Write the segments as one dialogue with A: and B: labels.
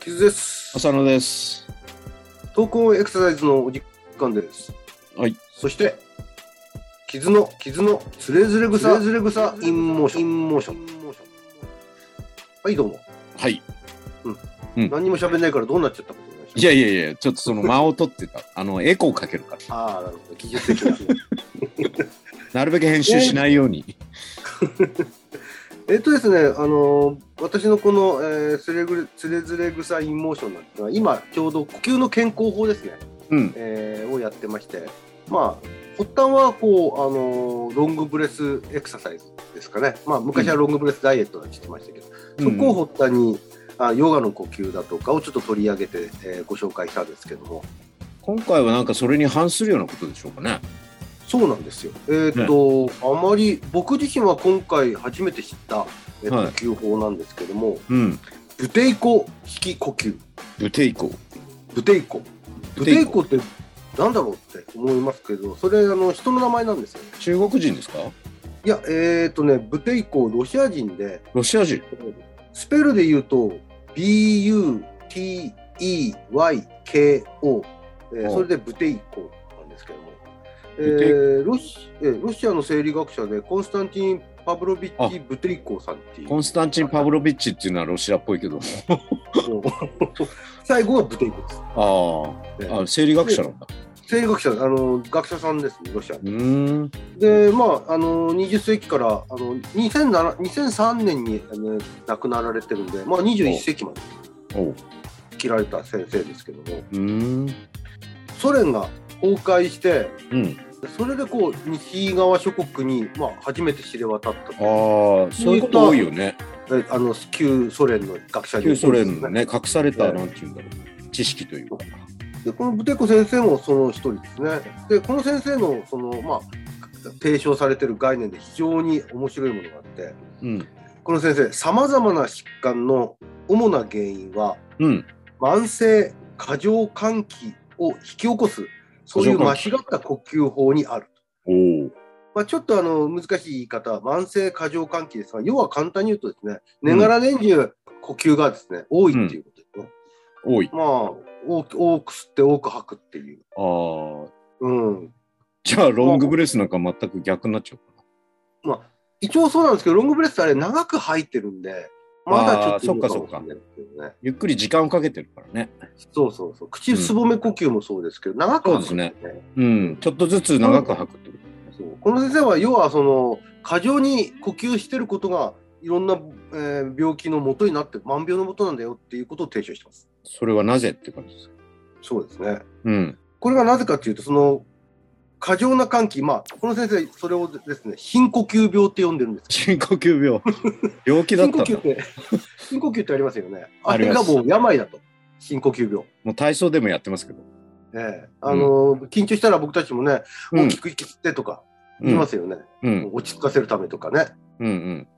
A: キズです。
B: 浅野です。
A: 投稿エクササイズのお時間です。
B: はい。
A: そして、傷の、傷の、つれづれ草、つれづれ草、インモーション。インモーション。はい、どうも。
B: はい。うん
A: 何にも喋んないからどうなっちゃったことになりました
B: いやいやいや、ちょっとその間を取ってた。あの、エコーかけるから。
A: ああ、なるほど。技術的な。
B: なるべく編集しないように。
A: えっとですね、あのー私のこの、えー、つれぐれつれづれ草インモーションなんてのは、今、ちょうど呼吸の健康法ですね、
B: うん。
A: えーをやってまして、まあ、発端は、こう、あのーロングブレスエクササイズですかね。まあ、昔はロングブレスダイエットなんて言ってましたけど、そこを発端に、あヨガの呼吸だとかをちょっと取り上げて、えーご紹介したんですけども、
B: 今回はなんかそれに反するようなことでしょうかね。
A: そうなんですよ。えーっと、あまり、僕自身は今回初めて知った、えー
B: はい
A: 呼吸法なんですけども、
B: うん。
A: ブテイコ引き呼吸。
B: ブテイコー。
A: ブテイコ。ブテイコってなんだろうって思いますけど、それあの人の名前なんですよ。
B: 中国人ですか
A: いや、えー、っとね、ブテイコロシア人で、
B: ロシア人。
A: スペルで言うと B U T E Y K O、えー
B: うん
A: それでブテイコなんですけども、え
B: ブテイコ
A: ーロシえーロシアの生理学者でコンスタンティン・パブロビッチ・ブテイコさんっていう
B: コンスタンチン・パブロビッチっていうのはロシアっぽいけど。
A: 最後がブテイコです。え
B: ああ。
A: ー
B: あ、生理学者なんだ。
A: 生理学者あの学者さんですね、ロシアの
B: うーん。
A: で、まあ、あの20世紀からあの2007 2003年に、あの亡くなられてるんで、まあ、21世紀まで
B: おう。
A: 生きられた先生ですけども
B: うーん。
A: ソ連が崩壊して
B: うん。
A: それでこう西側諸国に、まあ、初めて知れ渡ったと
B: ああ、そういうこと多いよね。
A: えあの旧ソ連の学者に
B: 旧ソ連のね、隠された、なんていうんだろう。知識というか。
A: でこのブテコ先生もその一人ですねでこの先生のその、まあ、提唱されてる概念で非常に面白いものがあって
B: うん。
A: この先生さまざまな疾患の主な原因は
B: うん。
A: 慢性過剰換気を引き起こすそういう間違った呼吸法にある。
B: おう。
A: まあ、ちょっとあの難しい言い方、慢性過剰換気ですが、要は簡単に言うとですね、年がら年中呼吸がですね、多いっていうことですね。
B: 多い。
A: まあ多く、多く吸って多く吐くっていう。
B: ああ、
A: うん。
B: じゃあロングブレスなんか全く逆になっちゃうか
A: まあ、一応そうなんですけど、ロングブレスってあれ長く吐いてるんで、まだちょっと
B: あーそっかそっか
A: いいのもしれないですけどね
B: ゆっくり時間をかけてるからね。
A: そうそうそう。口すぼめ呼吸もそうですけど、長く吐くんよね。
B: うん、ちょっとずつ長く吐くってこ
A: そうこの先生は要はその過剰に呼吸してることがいろんな、えー病気の元になって万病の元なんだよっていうことを提唱してます。
B: と。それはなぜって感じです。
A: そうですね。
B: うん。
A: これがなぜかというとその過剰な換気、まあ、この先生それをですね貧呼吸病って呼んでるんですけ
B: 深呼吸病。病気
A: ど
B: だっ
A: 貧呼
B: たん
A: 吸
B: だ
A: っ。て貧呼吸ってありますよね。あ
B: あり
A: れ
B: ます
A: がもう病だと貧呼吸病。
B: もう体操でもやってますけど。
A: ええあのー緊張したら僕たちもね
B: う
A: 大
B: ん
A: きく息吸ってとか
B: う
A: 言いま
B: ん。
A: すよね、
B: うん。
A: 落ち着かせるためとかね。
B: うん。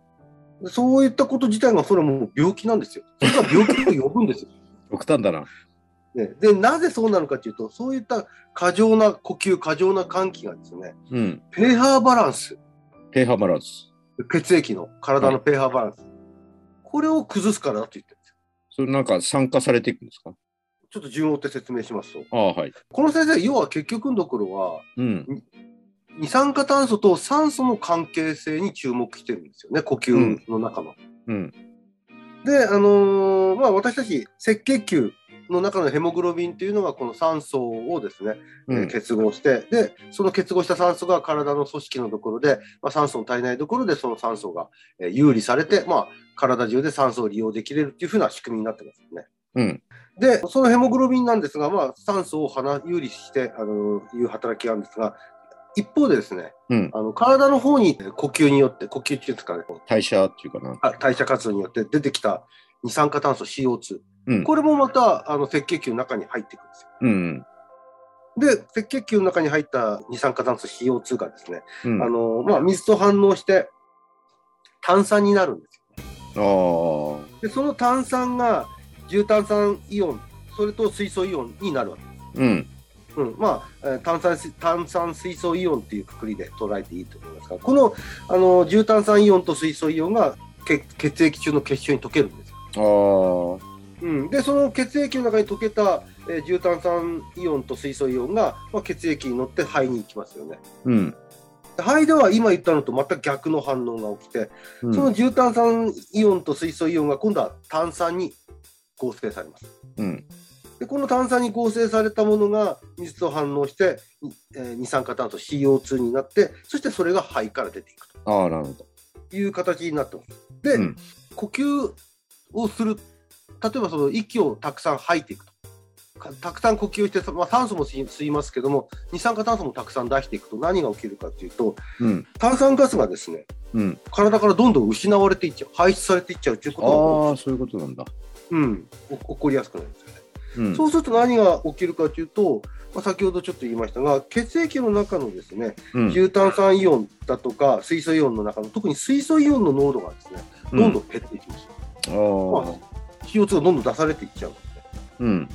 B: うん。
A: そういったこと自体がそれはもう病気なんですよ。それは病気を呼ぶんですよ。
B: 極端だな。
A: ね、でなぜそうなのかというとそういった過剰な呼吸過剰な換気がですね
B: うん。
A: ペーハーバランス
B: ペーハーバランス。
A: 血液の体のペーハーバランス、これを崩すからだと言ってるんですよ。
B: それなんか酸化されていくんですか
A: ちょっと順を追って説明しますと
B: ああ、はい。
A: この先生要は結局のところは
B: うん。
A: 二酸化炭素と酸素の関係性に注目してるんですよね呼吸の中の。
B: うん。
A: で、あのーまあ、私たち赤血球の中のヘモグロビンっていうのがこの酸素をですね、
B: う
A: えー
B: ん。
A: 結合してでその結合した酸素が体の組織のところで、まあ、酸素の足りないところでその酸素が、えー有利されて、まあ、体中で酸素を利用できれるっていうふうな仕組みになってますよね。
B: うん。
A: でそのヘモグロビンなんですが、まあ、酸素を鼻有利して、あのーいう働きがあるんですが一方でですね
B: うん。
A: あの体の方にえー呼吸によって呼吸っていうんですかねこう
B: 代謝っていうかな。
A: あ代謝活動によって出てきた二酸化炭素 CO2
B: うん。
A: これもまたあの赤血球の中に入っていくんですよ。
B: うん。
A: で赤血球の中に入った二酸化炭素 CO2 がですね、
B: うん。
A: あ
B: あ
A: のまあ、水と反応して炭酸になるんです
B: あー。
A: よ。でその炭酸が重炭酸イオンそれと水素イオンになるわけ
B: うん。
A: うん、まあ、えー炭酸水炭酸水素イオンっていうくくりで捉えていいと思いますが、このあの重炭酸イオンと水素イオンが血血液中の結晶に溶けるんですよ。
B: ああ。
A: うん、で、その血液の中に溶けた、えー重炭酸イオンと水素イオンが、まあ、血液に乗って肺に行きますよね。
B: うん。
A: で肺では今言ったのと全く逆の反応が起きて、
B: うん
A: その重炭酸イオンと水素イオンが今度は炭酸に合成されます。
B: うん。
A: でこの炭酸に合成されたものが水と反応して、にえー二酸化炭素 CO2 になってそしてそれが肺から出ていく
B: ああ、なるほど。
A: という形になってます。で、
B: うん
A: 呼吸をする例えばその息をたくさん吐いていくとかたくさん呼吸して、まあ、酸素も吸い吸いますけども二酸化炭素もたくさん出していくと何が起きるかというと
B: うん。
A: 炭酸ガスがですね
B: うん。
A: 体からどんどん失われていっちゃう排出されていっちゃうという
B: あ
A: こ
B: あ、そういうことなんだ。
A: とが、うん、お起こりやすくなるんですよね。
B: うん。
A: そうすると何が起きるかというと、まあ、先ほどちょっと言いましたが、血液の中のですね、
B: うん。
A: 重炭酸イオンだとか、水素イオンの中の、特に水素イオンの濃度がですね、
B: うん
A: どんどん減っていきます。
B: ああ。
A: CO2 がどんどん出されていっちゃうので。
B: うん。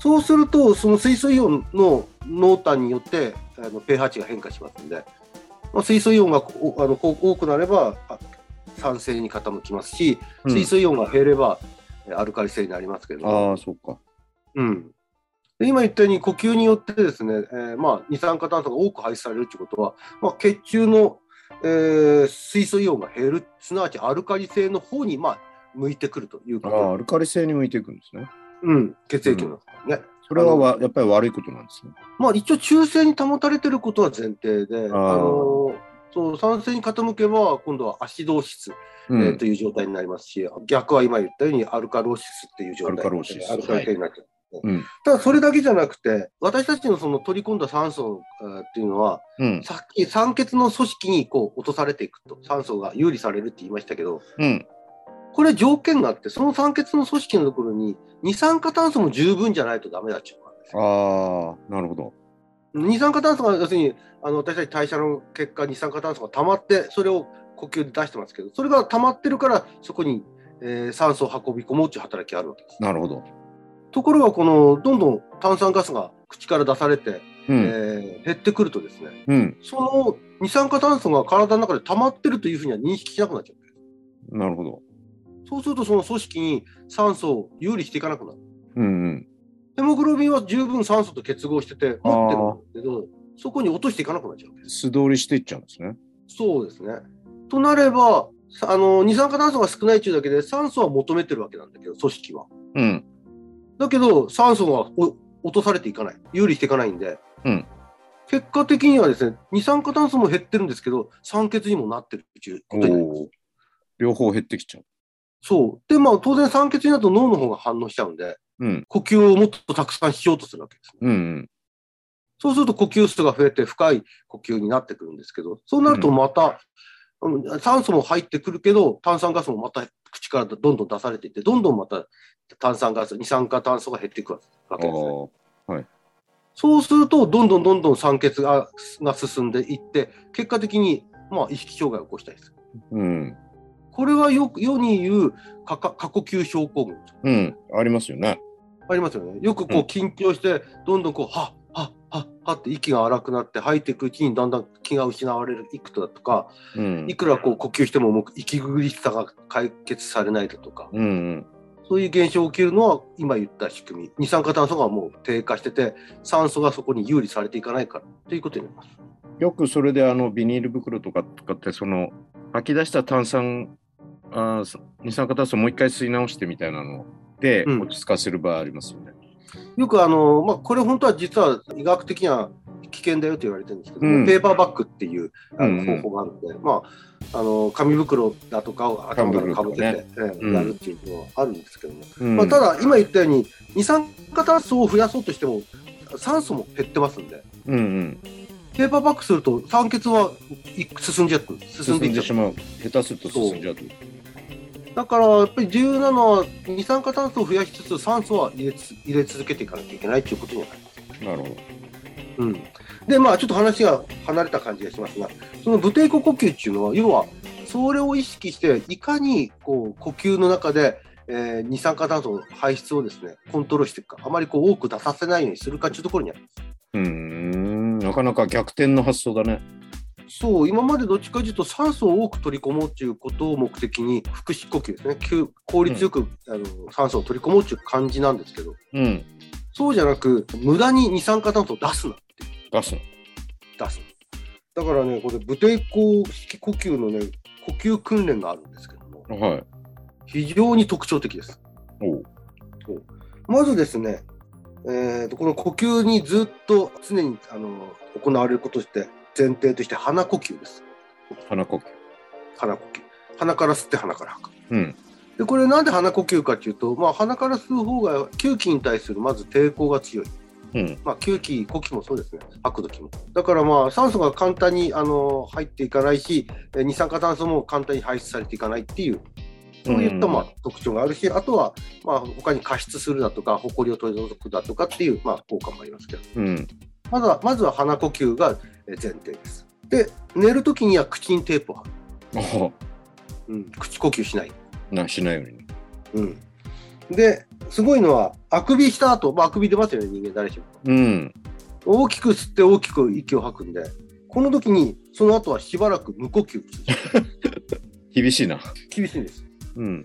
A: そうすると、その水素イオンの濃淡によって、あの pH 値が変化しますので、まあ、水素イオンがこあのこ多くなれば、あ酸性に傾きますし、
B: うん
A: 水素イオンが減れば、えアルカリ性になりますけれども、
B: ああ、そうか。
A: うん、で今言ったように呼吸によってですね、えーまあ、二酸化炭素が多く排出されるということは、まあ、血中の、えー水素イオンが減るすなわちアルカリ性の方に、まあ、向いてくるというこ
B: あ
A: と
B: あ、アルカリ性に向いていくんですね。
A: うん、血液の中からね、
B: それはわやっぱり悪いことなんですね。
A: まあ、一応中性に保たれてることは前提で、あ
B: ー
A: のそう酸性に傾けば今度はアシドーシス、
B: うん
A: えーという状態になりますし逆は今言ったようにアルカローシスっていう状態
B: アルカローシス
A: アルカリ性になっちゃう。
B: うん。
A: ただそれだけじゃなくて、私たちのその取り込んだ酸素えーっていうのは、
B: うん。
A: さっき酸欠の組織にこう落とされていくと、酸素が有利されるって言いましたけど、
B: うん。
A: これ条件があって、その酸欠の組織のところに二酸化炭素も十分じゃないとダメだっちゃうんですよ。
B: ああ、なるほど。
A: 二酸化炭素が要するにあの私たち代謝の結果、二酸化炭素が溜まって、それを呼吸で出してますけど、それが溜まってるから、そこに、えー酸素を運び込もうという働きがあるわけです。
B: なるほど。
A: ところが、このどんどん炭酸ガスが口から出されて、
B: うん。
A: えー減ってくるとですね、
B: うん。
A: その二酸化炭素が体の中で溜まってるというふうには認識しなくなっちゃう。
B: なるほど。
A: そうするとその組織に酸素を有利していかなくなる。
B: うんうん。
A: ヘモグロビンは十分酸素と結合してて持ってるんだけど、そこに落としていかなくなっちゃうわけです。
B: 素通りしていっちゃうんですね。
A: そうですね。となれば、さあの二酸化炭素が少ないというだけで酸素は求めてるわけなんだけど、組織は。
B: うん。
A: だけど酸素がお落とされていかない、有利していかないんで、
B: うん
A: 結果的にはですね、二酸化炭素も減ってるんですけど、酸欠にもなってるっていうことになります。
B: おお。両方減ってきちゃう。
A: そう。で、まあ当然酸欠になると脳の方が反応しちゃうんで、
B: うん。
A: 呼吸をもっとたくさんしようとするわけですね。
B: うんうん。
A: そうすると呼吸数が増えて深い呼吸になってくるんですけど、そうなるとまた、うん酸素も入ってくるけど、炭酸ガスもまた口からどんどん出されていって、どんどんまた炭酸ガス、二酸化炭素が減っていくわけですね。
B: あ
A: そうすると、どんどんどんどん酸欠がが進んでいって、結果的に、まあ、意識障害を起こしたりする。
B: あ。うん。
A: これはよく世に言う過過呼吸症候群。
B: うん。ありますよね。
A: ありますよね。よくこう
B: うん
A: 緊張して、どんどんこう、はっはっはっはって息が荒くなって、吐いていくうちにだんだん気が失われるいくとだとか、
B: うん
A: い。くらこう呼吸してももう息苦しさが解決されないだとか、
B: うんうん。
A: そういう現象が起きるのは、今言った仕組み、二酸化炭素がもう低下してて、酸素がそこに有利されていかないからということになります。
B: よくそれであのビニール袋とか使ってその吐き出した炭酸あーそ二酸化炭素をもう一回吸い直してみたいなので
A: うん
B: 落ち着かせる場合ありますよね。
A: よくあの、まあ、これ本当は実は医学的には危険だよと言われてるんですけど、
B: うん
A: ペーパーバッグっていうあ
B: うん
A: の
B: うん
A: 方法があるので、まあ、あの紙袋だとかを頭からかぶせて、
B: 紙
A: ええ
B: うん
A: やるっていうのはあるんですけども、
B: うん
A: まあ、ただ今言ったように二酸化炭素を増やそうとしても酸素も減ってますんで
B: うんうん、
A: ペーパーバッグすると酸欠はい進んじゃって進
B: 進
A: んでい
B: ん
A: っち
B: で
A: ゃ
B: し
A: う
B: まう下手すると進んじゃうと
A: だからやっぱり重要なのは二酸化炭素を増やしつつ酸素は入れつ入れ続けていかなきゃいけないということになります。
B: なるほど。
A: うん、でまあちょっと話が離れた感じがしますがその無抵抗呼吸っていうのは要はそれを意識していかにこう呼吸の中で、えー二酸化炭素の排出をですねコントロールしていくかあまりこう多く出させないようにするかっていうところにある
B: うーん、なかなか逆転の発想だね。
A: そう今までどっちかというと酸素を多く取り込もうということを目的に腹式呼吸ですね急効率よく、あの酸素を取り込もうという感じなんですけど
B: うん、
A: そうじゃなく無駄に二酸化炭素を出すな
B: ガス。
A: 出すだからねこれ無抵抗式呼吸のね呼吸訓練があるんですけども
B: はい。
A: 非常に特徴的です
B: おう
A: まずですね、えーとこの呼吸にずっと常にあの行われることとして前提として鼻呼吸です
B: 鼻呼吸。
A: 鼻呼吸鼻から吸って鼻から吐く
B: うん、
A: でこれなんで鼻呼吸かっていうと、まあ、鼻から吸う方が吸気に対するまず抵抗が強い、
B: うん、
A: まあ、吸気呼気もそうですね吐く時もだからまあ酸素が簡単にあの入っていかないしえー二酸化炭素も簡単に排出されていかないっていうそういったまあ特徴があるし、あとはまあ他に加湿するだとか、埃を取り除くだとかっていうまあ効果もありますけど、
B: うん、
A: まずはまずは鼻呼吸がえー前提です。で、寝るときには口にテープを貼る、
B: あ
A: うん、口呼吸しない。
B: なしないようにね。
A: うん、で、すごいのは、あくびした後、まあ、あくび出ますよね、人間誰しも。
B: うん、
A: 大きく吸って大きく息を吐くんで、この時に、その後はしばらく無呼吸をする。
B: 厳しいな。
A: 厳しいんです。
B: うん、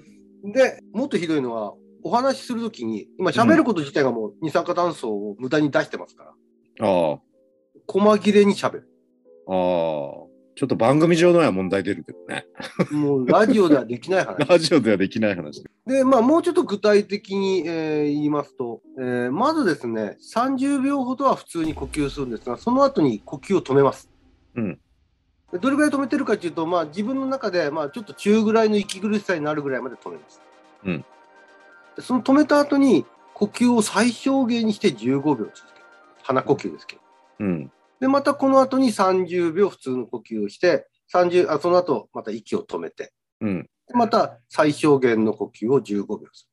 A: で、もっとひどいのは、お話しするときに、今喋ること自体がもう二酸化炭素を無駄に出してますから、
B: ああ、ああ、
A: 細切れに喋る。
B: ちょっと番組上のは問題出るけどね。
A: もうラジオではできない話。
B: ラジオではできない話。
A: で、まあ、もうちょっと具体的に、えー言いますと、えーまずですね、30秒ほどは普通に呼吸するんですが、その後に呼吸を止めます。
B: うん
A: でどれぐらい止めてるかというと、まあ、自分の中で、まあ、ちょっと中ぐらいの息苦しさになるぐらいまで止めます。
B: うん
A: でその止めた後に、呼吸を最小限にして15秒続ける。鼻呼吸ですけど。
B: うん、
A: で、またこの後に30秒普通の呼吸をして、30あその後また息を止めて、
B: うん、
A: また最小限の呼吸を15秒す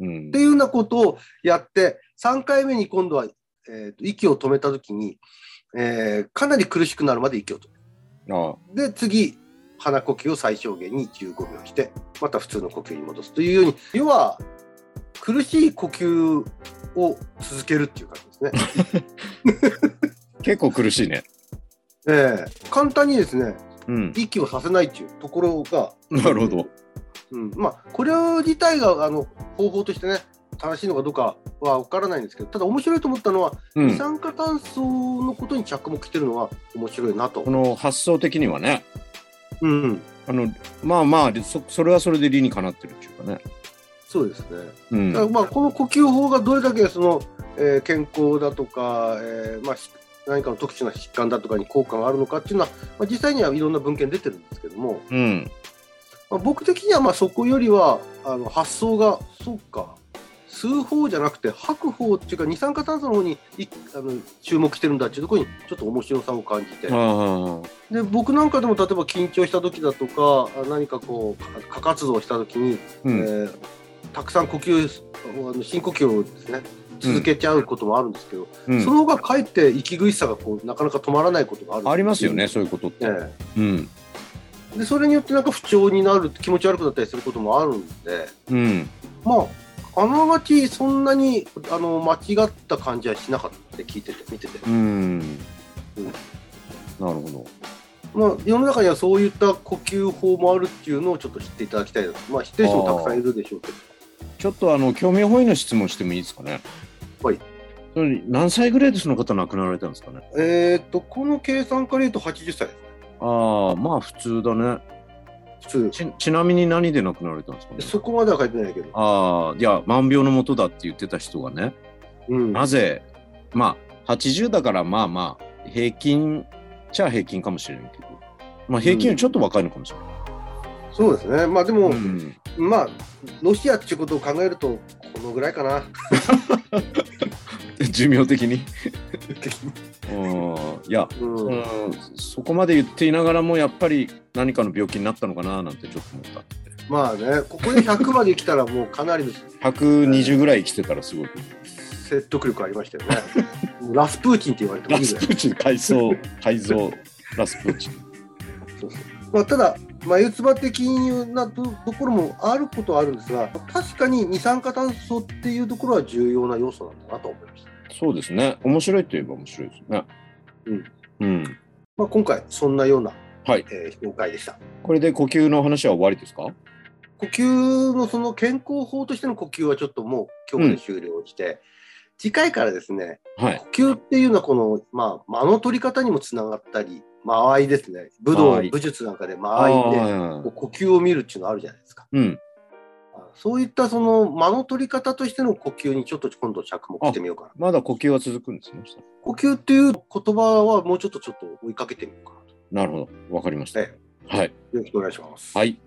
B: うん
A: る。っていうようなことをやって、3回目に今度は、えーと息を止めたときに、えーかなり苦しくなるまで息を止
B: ああ、
A: める。で、次、鼻呼吸を最小限に15秒して、また普通の呼吸に戻すというように、要は、苦しい呼吸を続けるっていう感じですね。
B: 結構苦しいね。
A: えー簡単にですね、
B: うん、
A: 息をさせないっていうところが、
B: なるほど。
A: うん、まあこれ自体があの方法としてね正しいのかどうかは分からないんですけどただ面白いと思ったのは、
B: う
A: 二
B: ん、
A: 酸化炭素のことに着目してるのは面白いなと
B: こ、の発想的にはね、
A: うんうん、
B: あの、まあまあ、そそれはそれで理にかなってるっていうかね。
A: そうですね、
B: う
A: だから
B: ん、
A: まあこの呼吸法がどれだけその、えー健康だとか、えーまあ、し何かの特殊な疾患だとかに効果があるのかっていうのは、まあ、実際にはいろんな文献出てるんですけども、
B: うん、
A: まあ、僕的にはまあそこよりはあの発想がそうか吸う方じゃなくて吐く方っていうか二酸化炭素の方にいあの注目してるんだっていうところにちょっと面白さを感じて
B: ああ、
A: で僕なんかでも例えば緊張した時だとかあ何かこうか過活動した時に、え
B: うん、
A: ーたくさん呼吸あの深呼吸をですね続けちゃうこともあるんですけど、
B: うん
A: その方がかえって息苦しさがこうなかなか止まらないことがある
B: ありますよね、、そういうことっ
A: え
B: て。
A: え
B: うん。
A: でそれによってなんか不調になる気持ち悪くなったりすることもあるんで。
B: うん。
A: まあ、あながちそんなにあの間違った感じはしなかったって聞いてて、見てて。
B: うん。なるほど。
A: まあ、世の中にはそういった呼吸法もあるっていうのをちょっと知っていただきたいなと。まあ、知ってる人もたくさんいるでしょうけど。
B: ちょっとあの興味本位の質問してもいいですかね。
A: はい。
B: 何歳ぐらいでその方亡くなられたんですかね。
A: えーっと、この計算から言うと80歳です。
B: ああ、まあ普通だね。
A: 普通。
B: ちちなみに何で亡くなられたんですかね。
A: そこまでは書いてないけど。
B: ああ、いや、万病のもとだって言ってた人がね、
A: うん。
B: なぜ、まあ80だからまあまあ、平均っちゃ平均かもしれないけど、まあ平均よりちょっと若いのかもしれない。
A: そうですね。まあ、でも、
B: うん
A: まあ、ロシアっていうことを考えると、このぐらいかな。
B: 寿命的 に。うんいや、
A: うん。
B: うん、そこまで言っていながらもやっぱり何かの病気になったのかななんてちょっと思っ
A: まあね、ここで100まで来たらもうかなりの
B: た120ぐらい生きてたらすごい
A: 説得力ありましたよね。 もうラスプーチンって言われても
B: ラ
A: いいぐ
B: ス
A: らい
B: プ。ーチン改造改造ラスプーチン
A: まあ、ただ眉唾的なとところもあることはあるんですが確かに二酸化炭素っていうところは重要な要素なんだなと思いました、
B: そうですね。面白いといえば面白いですね。うん。うん。
A: まあ、今回そんなような、
B: はい
A: えー、紹介でした
B: これで呼吸の話は終わりですか
A: 呼吸のその健康法としての呼吸はちょっともう今日で終了して、次回からですね
B: はい。
A: 呼吸っていうのはこの、まあ、間の取り方にもつながったり間合いですね武道
B: 間合い
A: 武術なんかで
B: あ
A: 間
B: あ
A: 合いで
B: ー
A: こう呼吸を見るっていうのあるじゃないですか
B: うん。
A: そういったその間の取り方としての呼吸にちょっと今度着目してみようかな
B: まだ呼吸は続くんですね。
A: 呼吸っていう言葉はもうちょっとちょっと追いかけてみようかな
B: なるほど。わかりました。
A: え
B: はい。
A: とよろしくお願いします。
B: はい。